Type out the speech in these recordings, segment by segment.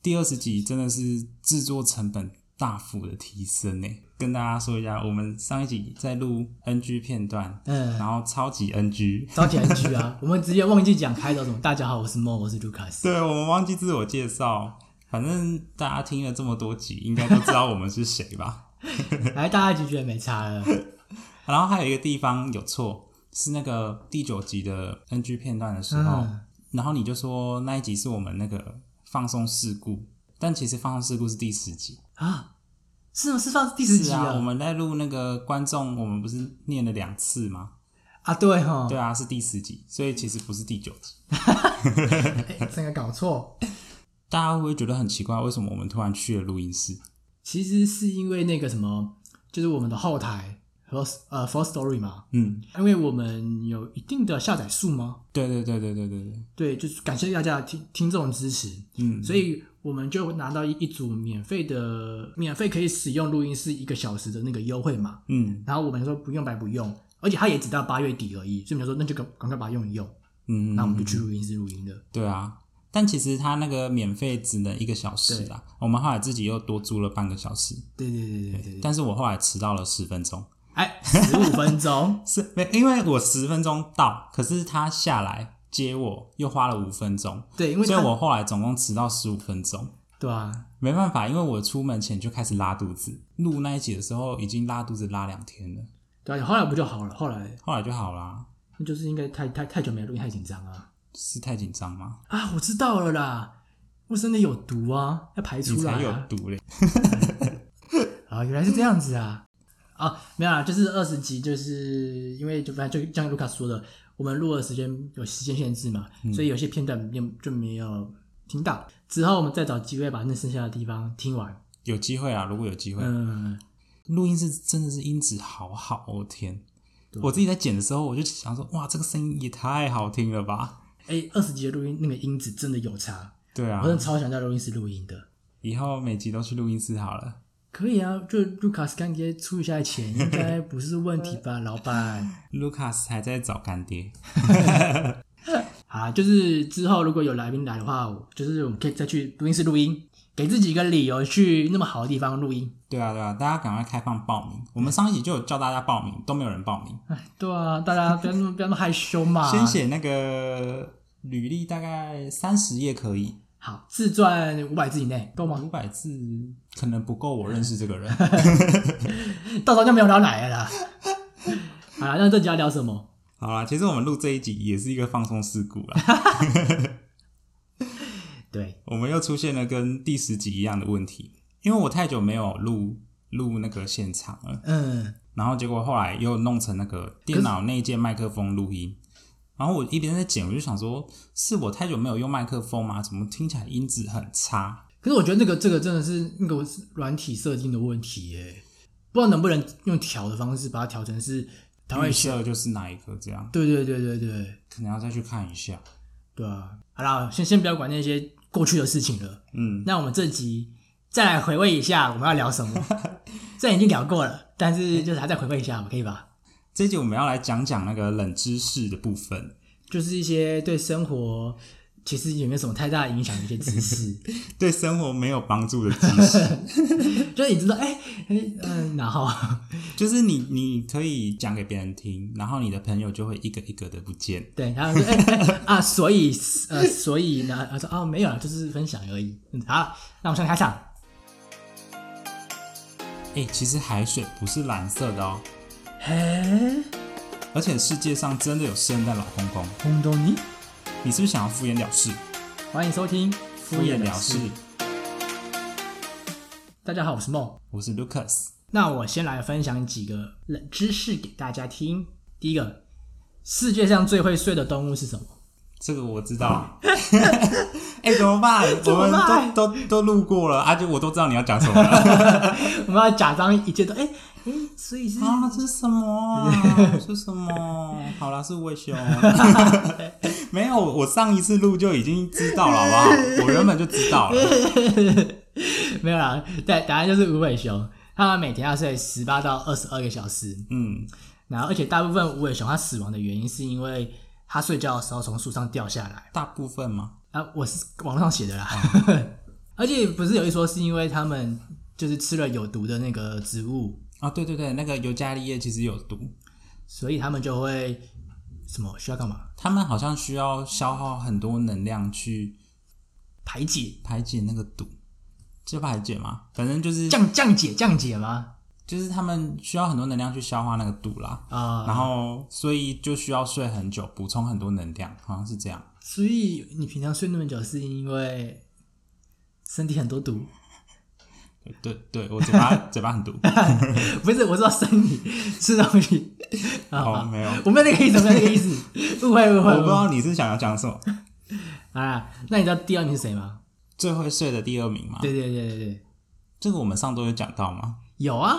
第二十集真的是制作成本大幅的提升呢。跟大家说一下，我们上一集在录 NG 片段，嗯，然后超级 NG，超级 NG 啊！我们直接忘记讲开头什么。大家好，我是莫，我是 Lucas。对我们忘记自我介绍。反正大家听了这么多集，应该都知道我们是谁吧？来，大家就觉得没差了。然后还有一个地方有错，是那个第九集的 NG 片段的时候，嗯然后你就说那一集是我们那个放松事故，但其实放松事故是第十集。啊，是吗？是放第十集是啊，我了们在录那个观众，我们不是念了两次吗？啊？对哈，对啊，是第十集，所以其实不是第九集。哎整个搞错。大家会不会觉得很奇怪？为什么我们突然去了录音室？其实是因为那个什么，就是我们的后台和呃 f o r Story 嘛，嗯，因为我们有一定的下载数吗？对对对对对对对，对，就是感谢大家的听听众支持，嗯，所以我们就拿到一一组免费的免费可以使用录音室一个小时的那个优惠码。嗯然后我们说不用白不用，而且它也只到八月底而已，所以我们就说那就赶赶快把它用一用，嗯，那我们就嗯去录音室录音了。对啊。但其实他那个免费只能一个小时啦，我们后来自己又多租了半个小时，对对对对 对对，但是我后来迟到了十分钟，，哎，十五分 钟是没因为我十分钟到，可是他下来接我又花了五分钟，对，因为所以它我后来总共迟到十五分钟。对啊，没办法，因为我出门前就开始拉肚子，录那一集的时候已经拉肚子拉两天了，对啊，后来不就好了？后来后来就好啦。那就是应该太太太久没录音，太紧张啊是太紧张吗？啊！我知道了啦，我身体有毒啊，要排你出来才有啊！毒嘞！啊，原来是这样子啊！啊，没有啦，就是二十集，就是因为就反正就像卢卡说的，我们录的时间有时间限制嘛，所以有些片段没有就没有听到。之后我们再找机会把那剩下的地方听完。有机会啊，如果有机会，嗯，录、音室真的是音质好好哦，天！对啊我自己在剪的时候，我就想说，哇，这个声音也太好听了吧？哎，二十集的录音那个音质真的有差，对啊我，真的超想在录音室录音的。以后每集都去录音室好了。可以啊，就卢卡斯干爹出一下钱，应该不是问题吧，老板？ Lucas 还在找干爹，好啦，就是之后如果有来宾来的话，我就是我们可以再去录音室录音，给自己一个理由去那么好的地方录音。对啊对啊，大家赶快开放报名。我们上一集就有叫大家报名，都没有人报名。对啊，大家不要那么不要那么害 羞嘛。先写那个履历，大概三十页可以，好，自传五百字以内够吗？五百字可能不够我认识这个人。 到时候就没有聊奶了啦。 好啦，那这集要聊什么？好啦，其实我们录这一集也是一个放松事故啦， 对，我们又出现了跟第十集一样的问题，因为我太久没有录录那个现场了，嗯，然后结果后来又弄成那个电脑内建麦克风录音。然后我一边在剪，我就想说，是我太久没有用麦克风吗？怎么听起来音质很差？可是我觉得这个这个真的是那个软体设定的问题耶，不知道能不能用调的方式把它调成是它会预。设就是哪一个这样，对对对对对可能要再去看一下。对啊！好啦，先先不要管那些过去的事情了。嗯，那我们这集再来回味一下我们要聊 什么。虽然已经聊过了，但嗯是就是还再回味一下，可以吧？这一集我们要来讲讲那个冷知识的部分。就是一些对生活其实也没有什么太大影响的一些知 识，对生活没有帮助的知识，就是你知道，哎、哎嗯，然后就是你你可以讲给别人听，然后你的朋友就会一个一个的不见。对，然后说，哎、哎啊，所以呃，所以呢，他说哦，没有了，就是分享而已。嗯，好，那我们先开场。哎、其实海水不是蓝色的哦，嘿，而且世界上真的有圣诞老公公。红豆泥，你是不是想要敷衍了事？欢迎收听敷衍了事，大家好，我是梦。我是 Lucas。那我先来分享几个冷知识给大家听。第一个，世界上最会睡的动物是什么？ 这个我知 道。哎、 怎么办？怎么办我们都都都路过了，阿、啊、就我都知道你要讲什么 了。我们要假装一切都，哎、哎、所以是啊，这是什么啊？是什 么？好啦，是魏兄。没有，我上一次录就已经知道了，好不好？我原本就知道了。没有啦，对，答案就是无尾熊，它们每天要睡十八到二十二个小时，嗯，然后而且大部分无尾熊它死亡的原因是因为它睡觉的时候从树上掉下来。大部分嘛，啊，我是网络上写的啦， 而且不是有一说是因为他们就是吃了有毒的那个植物，啊，对对对，那个尤加利叶其实有毒，所以他们就会什么需要干嘛他们好像需要消耗很多能量去排解、排解那个毒，这排解吗？反正就是降降解、降解吗？就是他们需要很多能量去消化那个毒啦，啊、然后所以就需要睡很久，补充很多能量，好像是这样。所以你平常睡那么久是因为身体很多毒，对对，我嘴 巴嘴巴很毒， 不是？我知道身 体吃东西啊哦， 没有，我没有那个意思，我没有那个意 思，误会误我不知会。道你是想要讲什么。啊，那你知道第二名是谁吗？最会睡的第二名嘛，对对对对对，这个我们上周有讲到吗？有啊，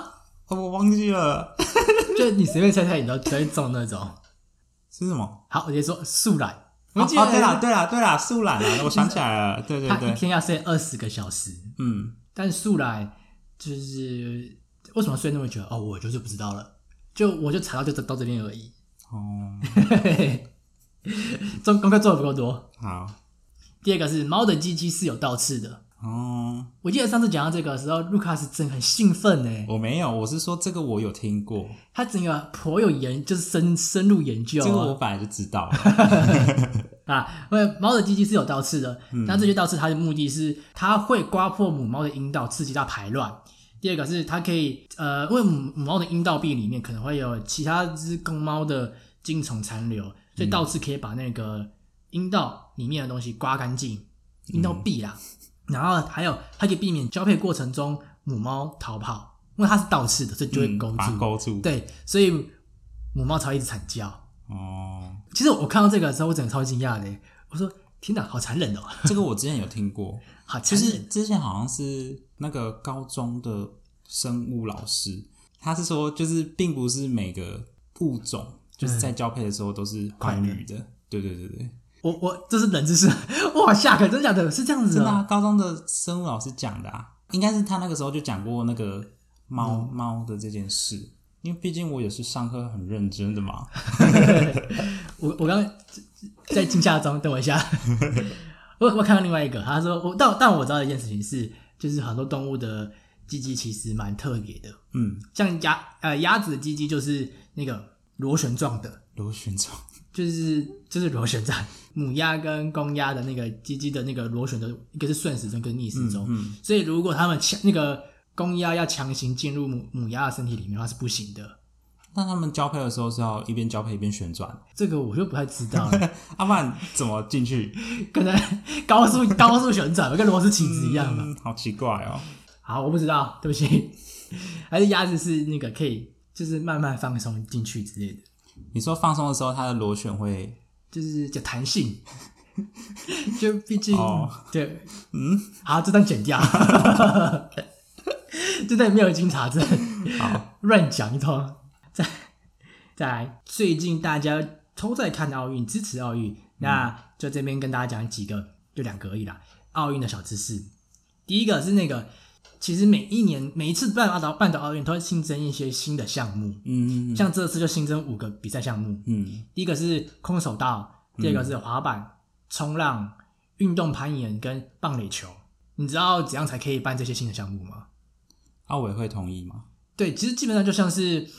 哦，我忘记 了就你随便猜猜，你都都会中那种。是什么。好，我直接说素懒，我哦，们记得哦对啦，对啦，对啦，素懒 啊，我想起来了，对对他一对，天要睡二十个小时，嗯，但素来就是为什么睡那么久？哦，我就是不知道了，就我就查到就到到这边而已。哦， 做功课做的不够多。好，第二个是猫的鸡鸡是有倒刺的，哦，我记得上次讲到这个的时候，卢卡斯真的很兴奋呢，我没有，我是说这个我有听过，他整个颇有研，就是深深入研究这个我啊。本来就知道了，啊，因为猫的鸡鸡是有倒刺的，那这些倒刺它的目的是它会刮破母猫的阴道，刺激到排卵。第二个是它可以呃，因为母母猫的阴道壁里面可能会有其他只公猫的精虫残留，所以倒刺可以把那个阴道里面的东西刮干净，阴道壁啦。然后还有它可以避免交配过程中母猫逃跑，因为它是倒刺的，所以 就会嗯勾住。把它勾住，，对，所以母猫才会一直惨叫。哦，其实我看到这个的时候，我整个超惊讶的。我说：“天哪，好残忍哦！这个我之前有听过，好就残是忍。之前好像是那个高中的生物老师，他是说，就是并不是每个物种嗯就是在交配的时候都是欢愉的，对对对对，我”我这是冷知识， 哇，下课真的假的？是这样子真的、哦啊，高中的生物老师讲的啊，应该是他那个时候就讲过那个猫嗯猫的这件事，因为毕竟我也是上课很认真的嘛。 我我刚刚在惊吓中，等我一下。我我看到另外一个，他说我但但我知道一件事情是，就是很多动物的鸡鸡其实蛮特别的，嗯，像鸭呃鸭子的鸡鸡就是那个螺旋状的，螺旋状，就是就是螺旋状，母鸭跟公鸭的那个鸡鸡的那个螺旋的，一个是顺时针，一个是逆时针。嗯所以如果他们强那个公鸭要强行进入母母鸭的身体里面，它是不行的。那他们交配的时候是要一边交配一边旋转，这个我就不太知道了， 啊，不然怎么进去？可能高速高速旋转跟螺丝起子一样嘛。嗯，好奇怪哦。好，我不知道，对不起。 还是鸭子是那个可以，就是慢慢放松进去之类的，你说放松的时候，它的螺旋会就是有弹性。 就毕竟、哦对，嗯，好，这段剪掉， 这段没有经查证。好，乱讲一通。再再来，最近大家都在看奥运，支持奥嗯运，那就这边跟大家讲几个，就两个而已啦。奥运的小知识，第一个是那个，其实每一年每一次办到办的奥运，都会新增一些新的项目，嗯像这次就新增五个比赛项目，嗯第一个是空手道，第二个是滑板、冲浪、运动攀岩跟棒垒球。你知道怎样才可以办这些新的项目吗？奥委会同意吗？对，其实基本上就像是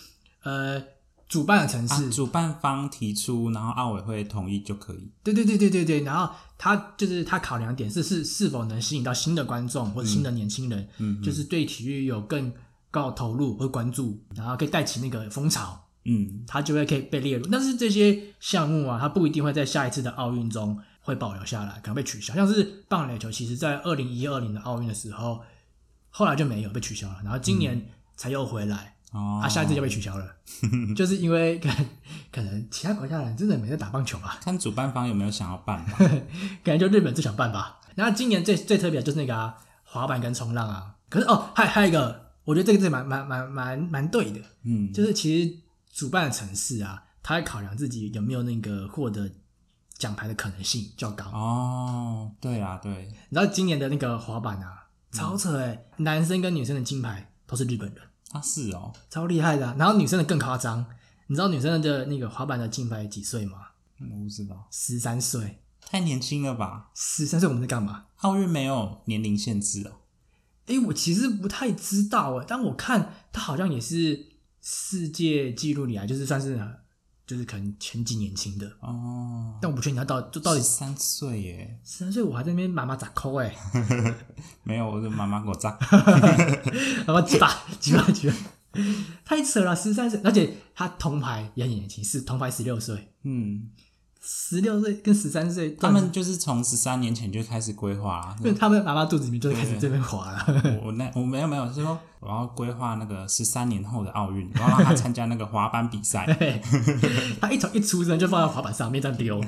呃主办的城啊市，，主办方提出，然后奥委会同意就可以。对对对对对对，然后他就是他考量点是是是否能吸引到新的观众或者新的年轻人，嗯就是对体育有更高的投入和关注，然后可以带起那个风潮，嗯它就会可以被列入。但是这些项目啊，它不一定会在下一次的奥运中会保留下来，可能被取消。像是棒垒球，其实在二零一二年的奥运的时候，后来就没有被取消了，然后今年才又回来。哦，啊，下一次就被取消了，就是因为可能可能其他国家人真的没在打棒球 吧，看主办方有没有想要办吧。感觉就日本最想办吧。然后今年最最特别的就是那个、啊、滑板跟冲浪啊，可是哦，还还有一个，我觉得这个是蛮蛮蛮蛮蛮对的，嗯，就是其实主办的城市啊，他会考量自己有没有那个获得奖牌的可能性较高。哦，对啊，对，你知道今年的那个滑板啊，超扯哎、男生跟女生的金牌都是日本人。啊是哦，超厉害的啊、然后女生的更夸张，你知道女生的那个滑板的金牌几岁吗？嗯我不知道，十三岁，太年轻了吧？十三岁我们在干嘛？奥运没有年龄限制哦。诶，我其实不太知道欸诶，但我看他好像也是世界纪录里啊，就是算是就是可能前几年轻的，哦，但我不确定他到就到底十三岁耶？十三岁，我还在那边妈妈咋抠欸诶，没有，我的妈妈给我炸。然后几把几把几把， 太扯了，十三岁，而且他铜牌也很年轻，是铜牌十六岁，嗯，十六岁跟十三岁，他们就是从十三年前就开始规划啦。因为他们妈妈肚子里面就开始这边滑 了，我我那我没有没有，是说我要规划那个十三年后的奥运，我要让他参加那个滑板比赛，对，他一从一出生就放在滑板上面在溜，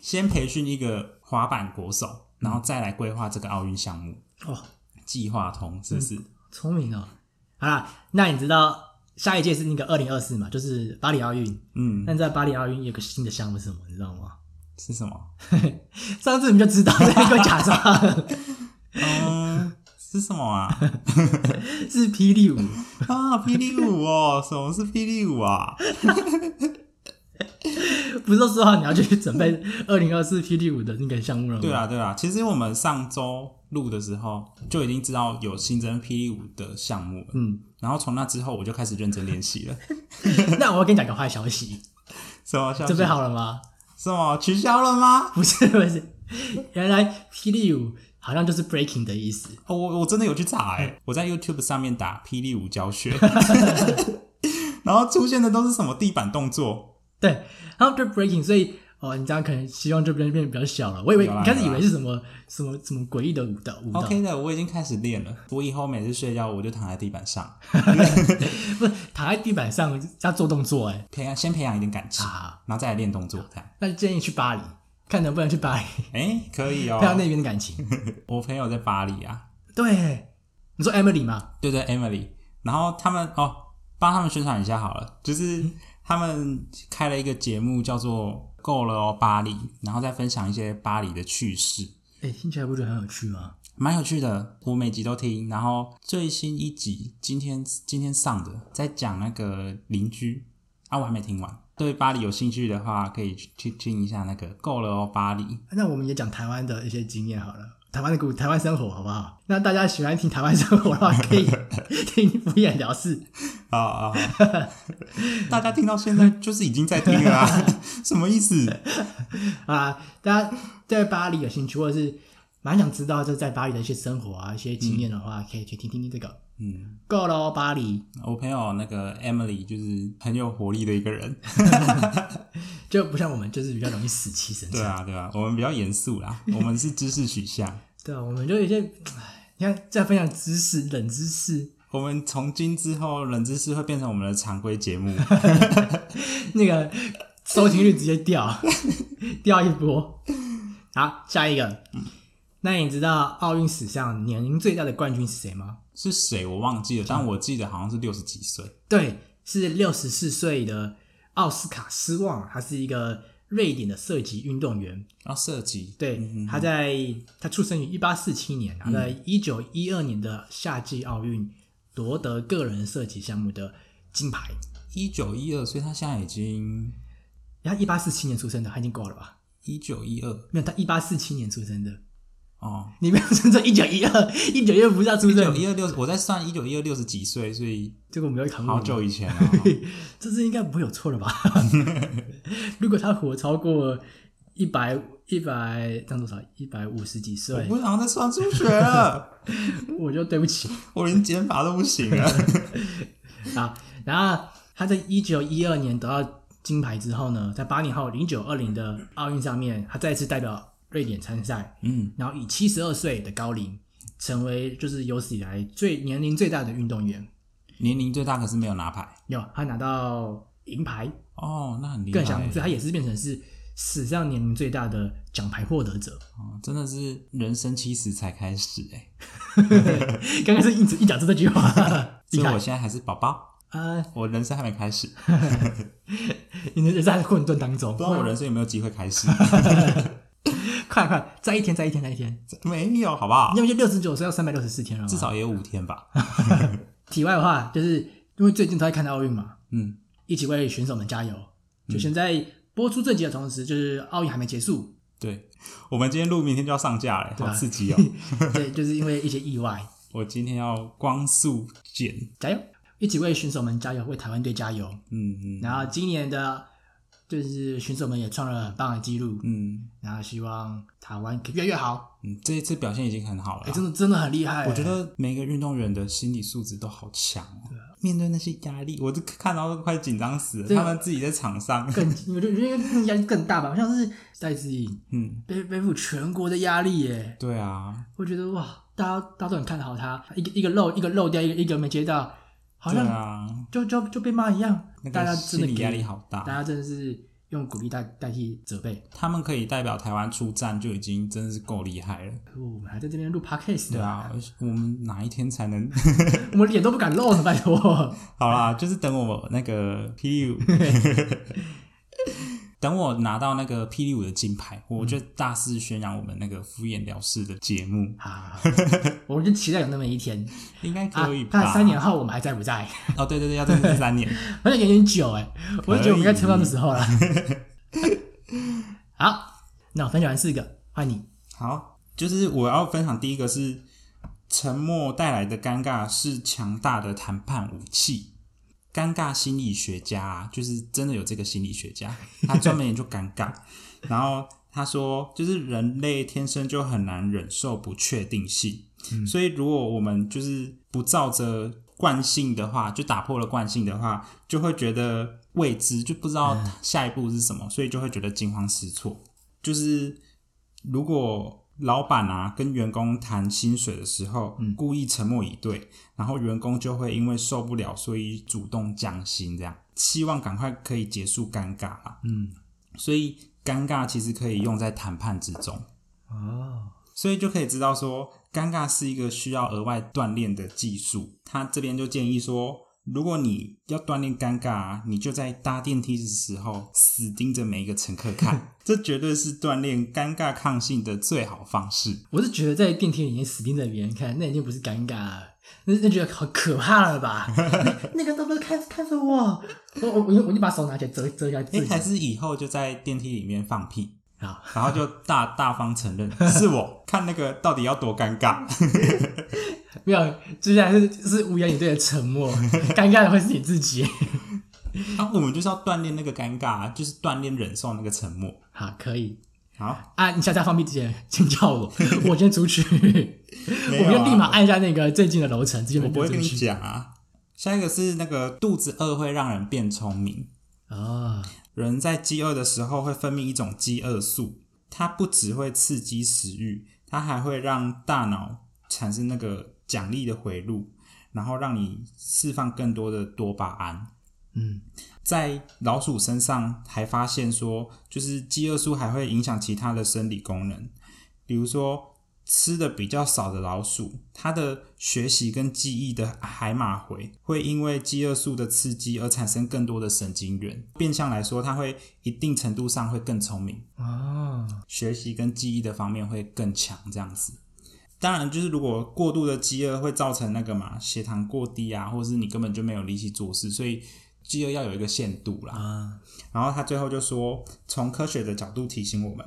先培训一个滑板国手，然后再来规划这个奥运项目，哦，计划通是不是？聪明哦。好啦，那你知道下一届是那个二零二四嘛，就是巴黎奥运。嗯，那你知道巴黎奥运有个新的项目是什么，你知道吗？是什么？上次你们就知道，那个 假装嗯，是什么啊？是霹雳舞，啊，霹雳舞哦，什么是霹雳舞啊？嗯不是说好你要去准备二零二四霹雳舞的那个项目了吗？对啊啦对啦，其实我们上周录的时候就已经知道有新增霹雳舞的项目了，嗯，然后从那之后我就开始认真练习 了。那我要跟你讲个坏消息，什么消息？准备好了吗？什么取消了吗？不是不是，原来霹雳舞好像就是 breaking 的意思。哦，我我真的有去查哎、我在 YouTube 上面打霹雳舞教 学，然后出现的都是什么地板动作？对，然后就 breaking，所以哦，你这样可能希望这边变得比较小了。我以为有啦你开始有以啦为是什么什么什么诡异的舞蹈舞蹈 OK 的，我已经开始练了。我以后每次睡觉我就躺在地板上，不是躺在地板上要做动作哎、培养先培养一点感情，啊！然后再来练动作。这样，那建议去巴黎，看能不能去巴黎哎、可以哦 培。养那边的感情。我朋友在巴黎啊，对，你说 Emily 嘛，对对，Emily。然后他们哦，帮他们宣传一下好了，就是他们开了一个节目叫做“够了哦巴黎”，然后再分享一些巴黎的趣事。哎、听起来不觉得很有趣吗？蛮有趣的，我每集都听。然后最新一集今天今天上的，在讲那个邻居啊，我还没听完。对巴黎有兴趣的话，可以去去听一下那个《够了哦，巴黎》。那我们也讲台湾的一些经验好了。台湾的故，台湾生活好不好？那大家喜欢听台湾生活的话， 可以听敷衍了事。啊啊！好 大家听到现在就是已经在听了、啊，什么意思？啊，大家对巴黎有兴趣，或者是蛮想知道就在巴黎的一些生活啊、一些经验的话，可以去听听听这个。嗯，够了哦，巴黎我朋友那个 Emily 就是很有活力的一个人。就不像我们，就是比较容易死气沉沉。对啊，对啊，我们比较严肃啦，我们是知识取向。对啊，我们就有些，唉你看在分享知识、冷知识，我们从今之后，冷知识会变成我们的常规节目。 那个收听率直接掉， 掉一波。好，下一个。那你知道奥运史上年龄最大的冠军是谁吗？是谁我忘记了，但我记得好像是六十几岁。对，是六十四岁的奥斯卡·斯旺，他是一个瑞典的射击运动员。然后射击，对，他在他出生于一八四七年，他在一九一二年的夏季奥运夺得个人射击项目的金牌。一九一二，所以他现在已经他一八四七年出生的，他已经够了吧？一九一二没有，他一八四七年出生的，哦，你没有出生一九一二， 一九一二不是他出一九生，一二六，我在算一九一二六十几岁，所以这个我没有考虑。好久以前了、 嗯哦这次应该不会有错了吧？ 如果他活超过一百一百，这样多少？一百五十 几岁，我好像在算数学了，我就对不起。我连减法都不行了。啊，然后他在一九一二年得到金牌之后呢，在八年后零九二零的奥运上面，他再次代表瑞典参赛，嗯，然后以七十二岁的高龄，成为就是有史以来最年龄最大的运动员。年龄最大可是没有拿牌有，他拿到银牌，哦，那很厉害更欸，想，所以他也是变成是史上年龄最大的奖牌获得者。哦真的是人生七十才开始哎、刚刚是一直一讲出这句 话，所厉以害我现在还是宝宝，啊！我人生还没开始，不你的在混沌当中，知道我人生有没有机会开 始，快快，再一天，再一天，再一天，没有，好不好？要不就六十九岁要三百六十四天了吧，至少也有五天吧。题外话，就是因为最近都在看奥运嘛，嗯， 一起为选手们加油。就现在播出这集的同时，就是奥运还没结束，对，我们今天录，明天就要上架了，对啊好刺 激哦！对，就是因为一些意外，我今天要光速减，加油！一起为选手们加油，为台湾队加油。嗯嗯然后今年的，就是选手们也创了很棒的记录，嗯然后希望台湾可以越来越好。嗯，这一次表现已经很好了哎，啦。真的欸真的很厉害，啊我觉得每个运动员的心理素质都好强哦，面对那些压力，我都看到都快紧张死了。啊对啊他们自己在场上，更，我觉得因为压力更大吧，像是戴资颖嗯，背背负全国的压力耶，对啊，我觉得哇，大家大家都很看好他，一个一个漏一个漏掉，一个一个没接到，好对像啊，就就就被骂一样。那大个家真心的理给压力，好大大。家真的是用鼓励代代替责备。他们可以代表台湾出战，就已经真的是够厉害了。可哦我们还在这边录 podcast 对呢，啊，我们哪一天才能？ 我们脸都不敢露呢，拜托。好啦，就是等我那个霹雳舞， 等我拿到那个霹雳舞的金牌，嗯我就大肆宣扬我们那个敷衍了事的节目， 啊，我们就期待有那么一天应该啊可以！吧？看三年后我们还在不在？哦，对对对，要真的是三年。好像有点久哎，我就觉得我们应该撑到那时候了。 好，那我分享完四个，换你。好，就是我要分享第一个是沉默带来的尴尬是强大的谈判武器。尴尬心理学家、啊、就是真的有这个心理学家，他专门研究尴尬。然后他说，就是人类天生就很难忍受不确定性，所以如果我们就是不照着惯性的话，就打破了惯性的话，就会觉得未知，就不知道下一步是什么，所以就会觉得惊慌失措。就是如果老板啊跟员工谈薪水的时候，故意沉默以对，然后员工就会因为受不了，所以主动降薪，这样希望赶快可以结束尴尬啦。嗯，所以尴尬其实可以用在谈判之中，哦，所以就可以知道说，尴尬是一个需要额外锻炼的技术。他这边就建议说。如果你要锻炼尴尬、啊，你就在搭电梯的时候死盯着每一个乘客 看，这绝对是锻炼尴尬抗性的最好方式。我是觉得在电梯里面死盯着别人看，那已经不是尴尬了，那那觉得好可怕了吧？ 那那个都不是看看着我，我我我就我就把手拿起来遮遮一下哎、 自己还。是以后就在电梯里面放屁，好，然后就大大方承 认是我，看那个到底要多尴尬。 没有，接下来是是无言以对的沉默， 尴尬的会是你自己。 啊，我们就是要锻炼那个尴尬，啊就是锻炼忍受那个沉默。好，可以好，啊，你下次要放屁之前先叫我，我先出去，没有、我们就啊，立马按一下那个最近的楼层，直接我被不推会出跟你去。讲啊。下一个是那个肚子饿会让人变聪明，哦，人在饥饿的时候会分泌一种饥饿素，它不只会刺激食欲，它还会让大脑产生那个奖励的回路，然后让你释放更多的多巴胺。嗯，在老鼠身上还发现说，就是饥饿素还会影响其他的生理功能，比如说吃的比较少的老鼠，它的学习跟记忆的海马回会因为饥饿素的刺激而产生更多的神经元，变相来说，它会一定程度上会更聪明。哦，学习跟记忆的方面会更强，这样子。当然，就是如果过度的饥饿会造成那个嘛血糖过低啊，或者是你根本就没有力气做事，所以饥饿要有一个限度啦。啊，然后他最后就说，从科学的角度提醒我们，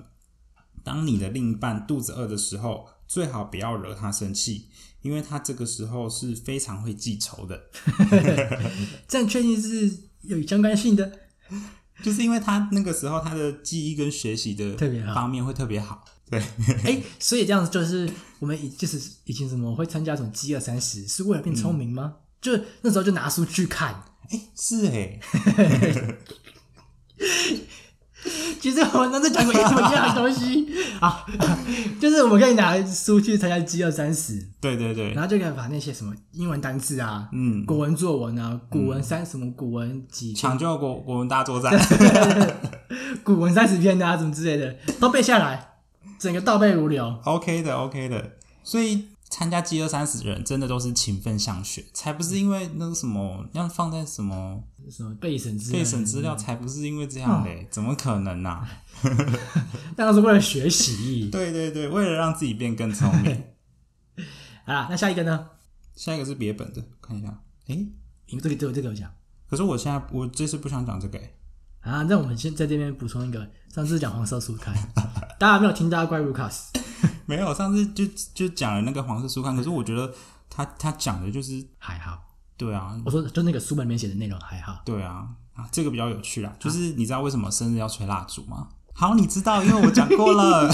当你的另一半肚子饿的时候，最好不要惹他生气，因为他这个时候是非常会记仇的。 这样确定是有相关性的。 就是因为他那个时候他的记忆跟学习的特别好方面会特别好。对，哎、所以这样子就是我们以就是以前什么会参加什么饥饿三十，是为了变聪明吗？就那时候就拿书去看。哎、是哎、其实我们当时讲过一模一样的东西 啊，就是我们可以拿书去参加饥饿三十， 对对对然，后就可以把那些什么英文单字啊、嗯，古文作文啊、古文三什么古文几篇、抢救国国文大作战，古文三十篇啊什么之类的都背下来，整个倒背如流。 OK 的，OK 的。所以参加饥饿三十人真的都是勤奋向学，才不是因为那个什么要放在什么什么背审之类备的审资嗯料，才不是因为这样嘞、怎么可能呢、 啊？那是为了学习对对对，为了让自己变更聪明。嗯啊。那下一个呢？下一个是别本的，看一下。诶、你这个这个这个有讲可是我现在我这次不想讲这个、诶啊。那我们先在这边补充一个，上次讲黄色素开， 大家没有听，大家怪卢卡斯。没有，上次就就讲了那个黄色书刊，嗯可是我觉得他他讲的就是还好，对啊，我说就那个书本里面写的内容还好。对啊，啊，这个比较有趣啦。就是你知道为什么生日要吹蜡烛吗？好，你知道，因为我讲过 了。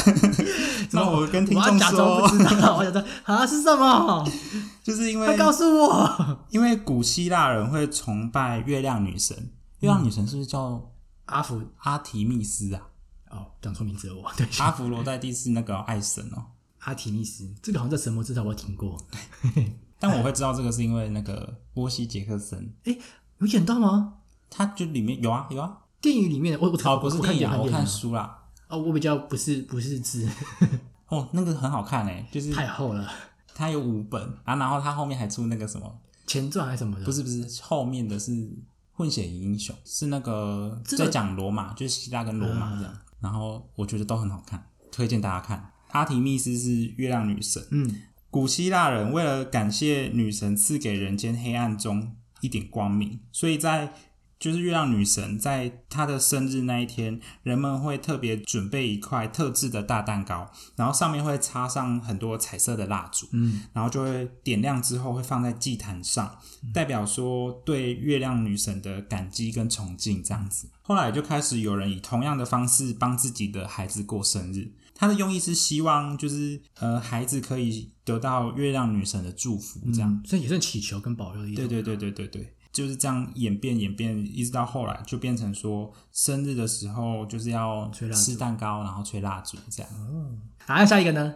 那我跟听我要众假装不说，知道，我假装啊是 什么？就是因快为告诉我！因为古希腊人会崇拜月亮女神，月亮女神是不是叫阿福阿提密斯 啊？哦，讲错名字了我，对不起，阿芙罗代蒂是那个爱神哦、阿提密斯，这个好像在神魔之塔我听过，但我会知道这个是因为那个波西杰克森，有演到吗？他就里面有啊有啊，电影里面我我哦不是看电影啊，我我看看书啦。哦，我比较不是不是字哦，那个很好看诶、就是太厚了，它有五本啊，然后它后面还出那个什么，前传还是什么的，不是是不是，后面的是混血英雄，是那个啊这个在讲罗马，就是希腊跟罗马这样。然后我觉得都很好看，推荐大家看。阿提密斯是月亮女神，嗯，古希腊人为了感谢女神赐给人间黑暗中一点光明，所以在就是月亮女神在她的生日那一天，人们会特别准备一块特制的大蛋糕，然后上面会插上很多彩色的蜡烛，嗯，然后就会点亮之后会放在祭坛上，代表说对月亮女神的感激跟崇敬这样子。后来就开始有人以同样的方式帮自己的孩子过生日，他的用意是希望就是呃孩子可以得到月亮女神的祝福这样。嗯，所以也算祈求跟保佑的一对种。对对对对对，就是这样演变演变，一直到后来就变成说生日的时候就是要吹蜡烛吃蛋糕，然后吹蜡烛这样。好，那下一个呢？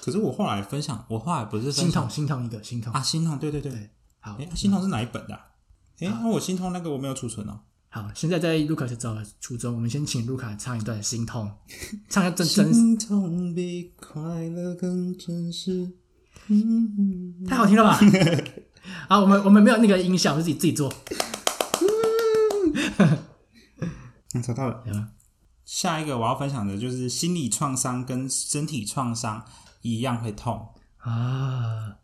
可是我后来分享，我后来不是分心享痛，心痛一个，心痛。嗯啊，心痛，对对对。对好哎、，心痛是哪一本的、啊？哎、那我心痛那个我没有储存哦。好，现在在卢卡斯找的途中，我们先请卢卡唱一段《心痛》， 唱一下真真，心痛比快乐更真实。嗯，太好听 了吧？好，我们我们没有那个音效，我们自己自己做。嗯找到了有吗。下一个我要分享的就是心理创伤跟身体创伤一样会痛。啊，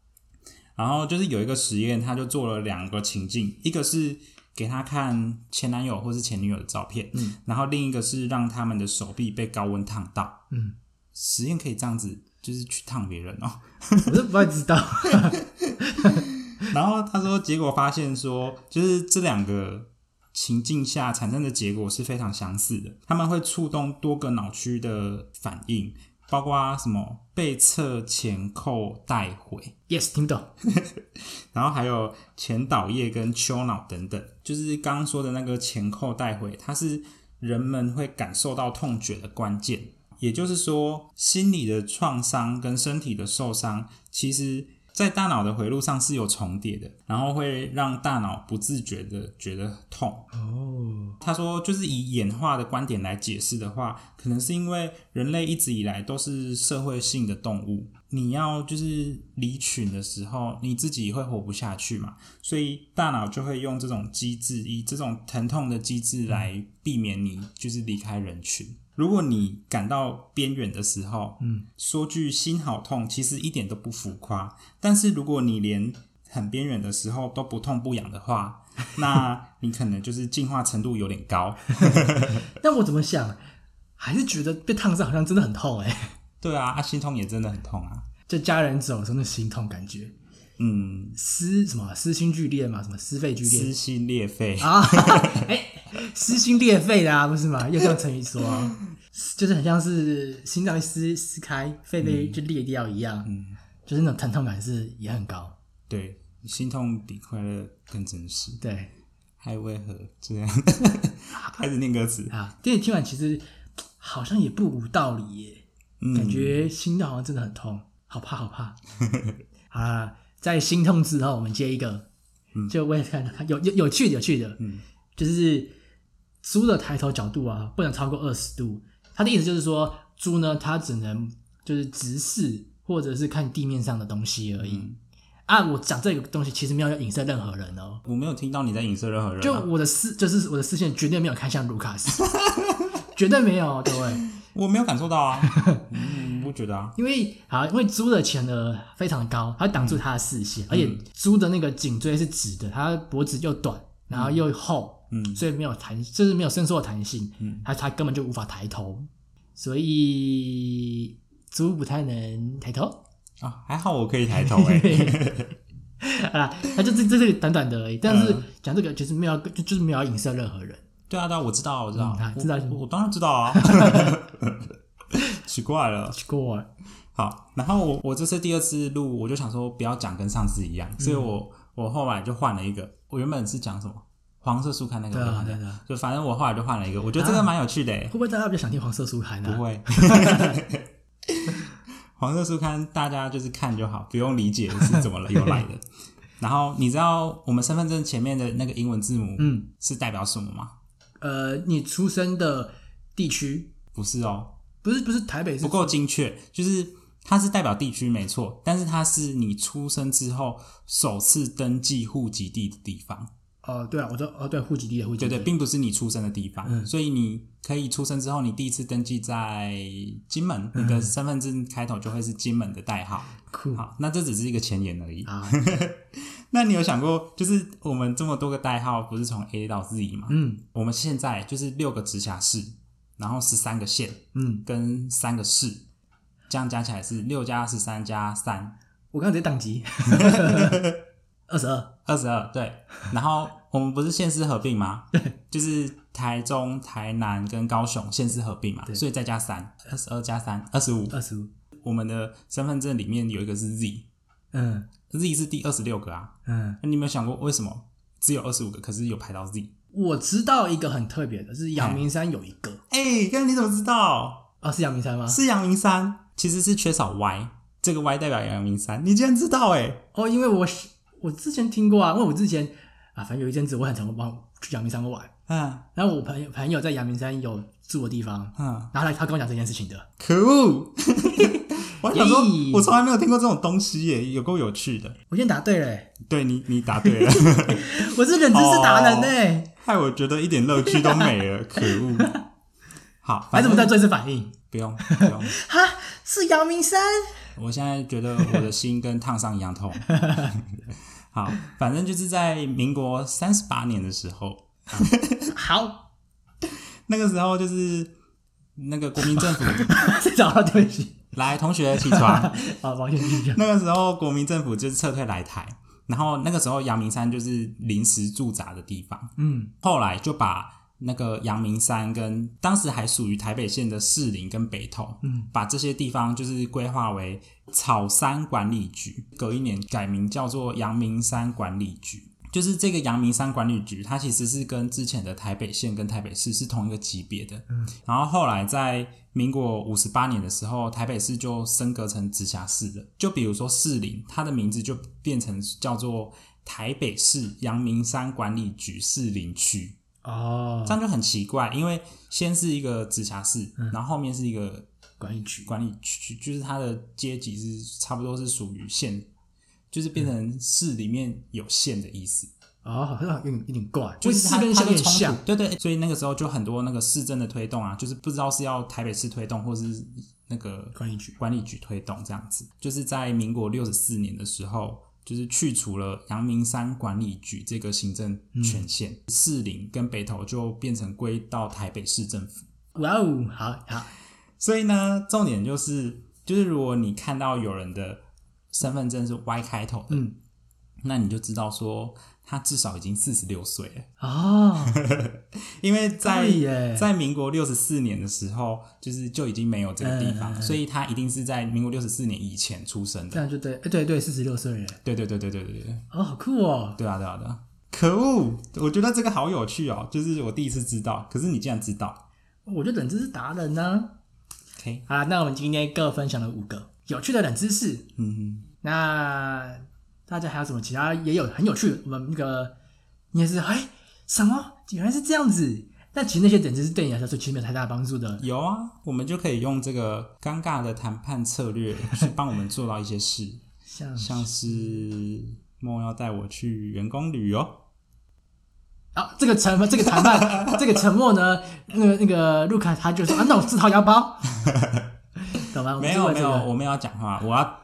然后就是有一个实验，他就做了两个情境，一个是给他看前男友或是前女友的照片，嗯，然后另一个是让他们的手臂被高温烫到。嗯，实验可以这样子，就是去烫别人哦。我是不太知道。 然后他说，结果发现说，就是这两个情境下产生的结果是非常相似的，他们会触动多个脑区的反应，包括什么背侧前扣带回， yes，听不懂。然后还有前导叶跟丘脑等等。就是刚刚说的那个前扣带回，它是人们会感受到痛觉的关键。也就是说，心理的创伤跟身体的受伤，其实在大脑的回路上是有重叠的，然后会让大脑不自觉的觉得痛。哦，他说，就是以演化的观点来解释的话，可能是因为人类一直以来都是社会性的动物，你要就是离群的时候，你自己会活不下去嘛，所以大脑就会用这种机制，以这种疼痛的机制来避免你就是离开人群。如果你感到边缘的时候，嗯，说句心好痛，其实一点都不浮夸。但是如果你连很边缘的时候都不痛不痒的话，那你可能就是进化程度有点高。但我怎么想，还是觉得被烫伤好像真的很痛哎、对啊，啊，心痛也真的很痛啊。就家人走的时候那心痛感觉，嗯，撕什么撕心俱裂嘛，什么撕肺俱裂撕心裂肺。啊， 哎、撕心裂肺啦、不是吗？要像成语说、啊，就是很像是心脏被撕撕开，肺被就裂掉一样，嗯就是那种疼痛感是也很高。对，心痛比快乐更真实。对还为何这 样？开始念歌词。啊，电影听完其实好像也不无道理耶，嗯感觉心脏好像真的很痛，好怕好 怕。好啦，在心痛之后，我们接一个，就我也看看有有有趣的有趣的，嗯就是猪的抬头角度啊，不能超过二十度。他的意思就是说，猪呢，它只能就是直视或者是看地面上的东西而已。嗯啊，我讲这个东西其实没有要影射任何人哦，我没有听到你在影射任何人、啊。就我的视就是我的视线绝对没有看向卢卡斯，绝对没有，各位，我没有感受到啊，嗯，我不觉得啊。因为啊，因为猪的前额非常高，它挡住它的视线，而且猪的那个颈椎是直的，它脖子又短，然后又厚，嗯所以没有弹，就是没有伸缩的弹性，嗯它它根本就无法抬头。所以猪不太能抬头啊，还好我可以抬头哎、啊，他就这这这个短短的而已。但是嗯讲这个其实没有要就就是没有要影射任何人， 对啊，对啊，我知道，我知道，嗯啊我知道我我当然知道 啊， 奇怪了。奇怪，好，然后我我这次第二次录，我就想说不要讲跟上次一样，所以我嗯我后来就换了一个，我原本是讲什么黄色树刊那个，对我就啊换对了啊对啊，啊就反正我后来就换了一个，我觉得这个蛮有趣的、欸会不会大家比较想听黄色书涵呢、不 会。黄色书刊大家就是看就好，不用理解是怎么了由来 的。然后你知道我们身份证前面的那个英文字母嗯，是代表什么吗？呃，你出生的地区不是哦，不是不是台北是不够精确，就是它是代表地区没错，但是它是你出生之后首次登记户籍地的地方。哦，对啊，我知道哦，对，户籍地的户籍对地，对，并不是你出生的地方，嗯所以你可以出生之后，你第一次登记在金门，你嗯的身份证开头就会是金门的代号。酷好，那这只是一个前言而已。啊，那你有想过，就是我们这么多个代号，不是从 A 到 Z 吗？嗯我们现在就是六个直辖市，然后十三个县嗯，跟三个市，这样加起来是六加十三加三，我刚刚直接宕 机，二十二，二十二。对，然后我们不是县市合并吗？就是台中、台南跟高雄县市合并嘛，对所以再加三，二十二加三，二十五。二十五，我们的身份证里面有一个是 Z，Z 嗯是第二十六个啊。嗯，那你有没有想过为什么只有二十五个，可是有排到 Z？我知道一个很特别的，是阳明山有一个，哎、哥，你怎么知道？哦，是阳明山吗？是阳明山，其实是缺少 Y，这个 Y 代表阳明山，你竟然知道哎、哦，因为我是我之前听过啊，因为我之前啊，反正有一阵子我很常帮去阳明山玩，嗯然后我朋友朋友在阳明山有住的地方，嗯，然后他他跟我讲这件事情的，可 恶！我还想说耶，我从来没有听过这种东西耶，有够有趣的。我先答对了欸，对你，你答 对了，我是冷知识达人呢、欸害我觉得一点乐趣都没 了，可恶！好，还反是正我们再做一次反应？不用不用，哈，是阳明山，我现在觉得我的心跟烫伤一样 痛。好，反正就是在民国三十八年的时候，好， 那个时候就是那个国民政府再找到对不起，来，同学起 床。啊，王先生讲，那个时候国民政府就是撤退来台，然后那个时候阳明山就是临时驻扎的地方，嗯后来就把。那个阳明山跟当时还属于台北县的士林跟北投，嗯，把这些地方就是规划为草山管理局，隔一年改名叫做阳明山管理局。就是这个阳明山管理局，它其实是跟之前的台北县跟台北市是同一个级别的。嗯，然后后来在民国五十八年的时候，台北市就升格成直辖市了。就比如说士林，它的名字就变成叫做台北市阳明山管理局士林区。哦这，样就很奇怪，因为先是一个直辖市，然后后面是一个管理局，管理区，就是它的阶级是差不多是属于县，就是变成市里面有县的意思，哦，好像有点有点怪，就是是它跟它乡有的点冲像突，，对对，所以那个时候就很多那个市政的推动啊，就是不知道是要台北市推动，或是那个管理局，管理局推动这样子，就是在民国六十四年的时候，就是去除了阳明山管理局这个行政嗯权限，士林跟北投就变成归到台北市政府。哇哦，好好，所以呢，重点就是，就是如果你看到有人的身份证是 Y 开头的，嗯，那你就知道说他至少已经四十六岁了， 哦，因为在对耶在民国六十四年的时候，就是就已经没有这个地方，嗯嗯嗯所以他一定是在民国六十四年以前出生这的。样就对，哎，对对，四十六岁了，对对对对对对对，哦，好酷哦，对啊对啊对啊！可恶，我觉得这个好有趣哦，就是我第一次知道，可是你竟然知道我就冷知识达人呢、 ，OK，好啦，那我们今天各分享了五个有趣的冷知识。嗯，那大家还有什么其他也有很有趣的？我们那个你也是，哎，什么？原来是这样子。但其实那些冷知识对你来说其实没有太大帮助的。有啊，我们就可以用这个尴尬的谈判策略去帮我们做到一些事， 像像是梦要带我去员工旅游，哦啊，这个沉这个 谈判这个沉默呢，那个那个卢卡他就说啊，那我自掏 腰包，懂吗？我们没就有为没这有，个我没有要讲话，我要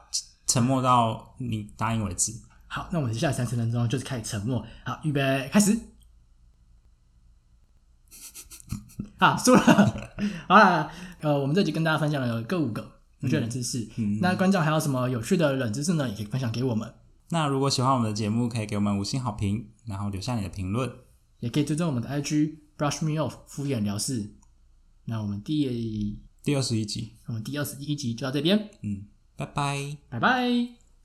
沉默到你答应为止。好，那我们接下来三十分钟就是开始沉默。好， 预备，开始。啊，输了。 好啦，呃，我们这集跟大家分享了各五个有趣的冷知识。那观众还有什么有趣的冷知识呢？也可以分享给我们，那如果喜欢我们的节目，可以给我们五星好评，然后留下你的评论。也可以追踪我们的 IG brush me off 敷衍了事。那我们第第二十一集，我们第二十一集就到这边，嗯，拜拜。拜拜。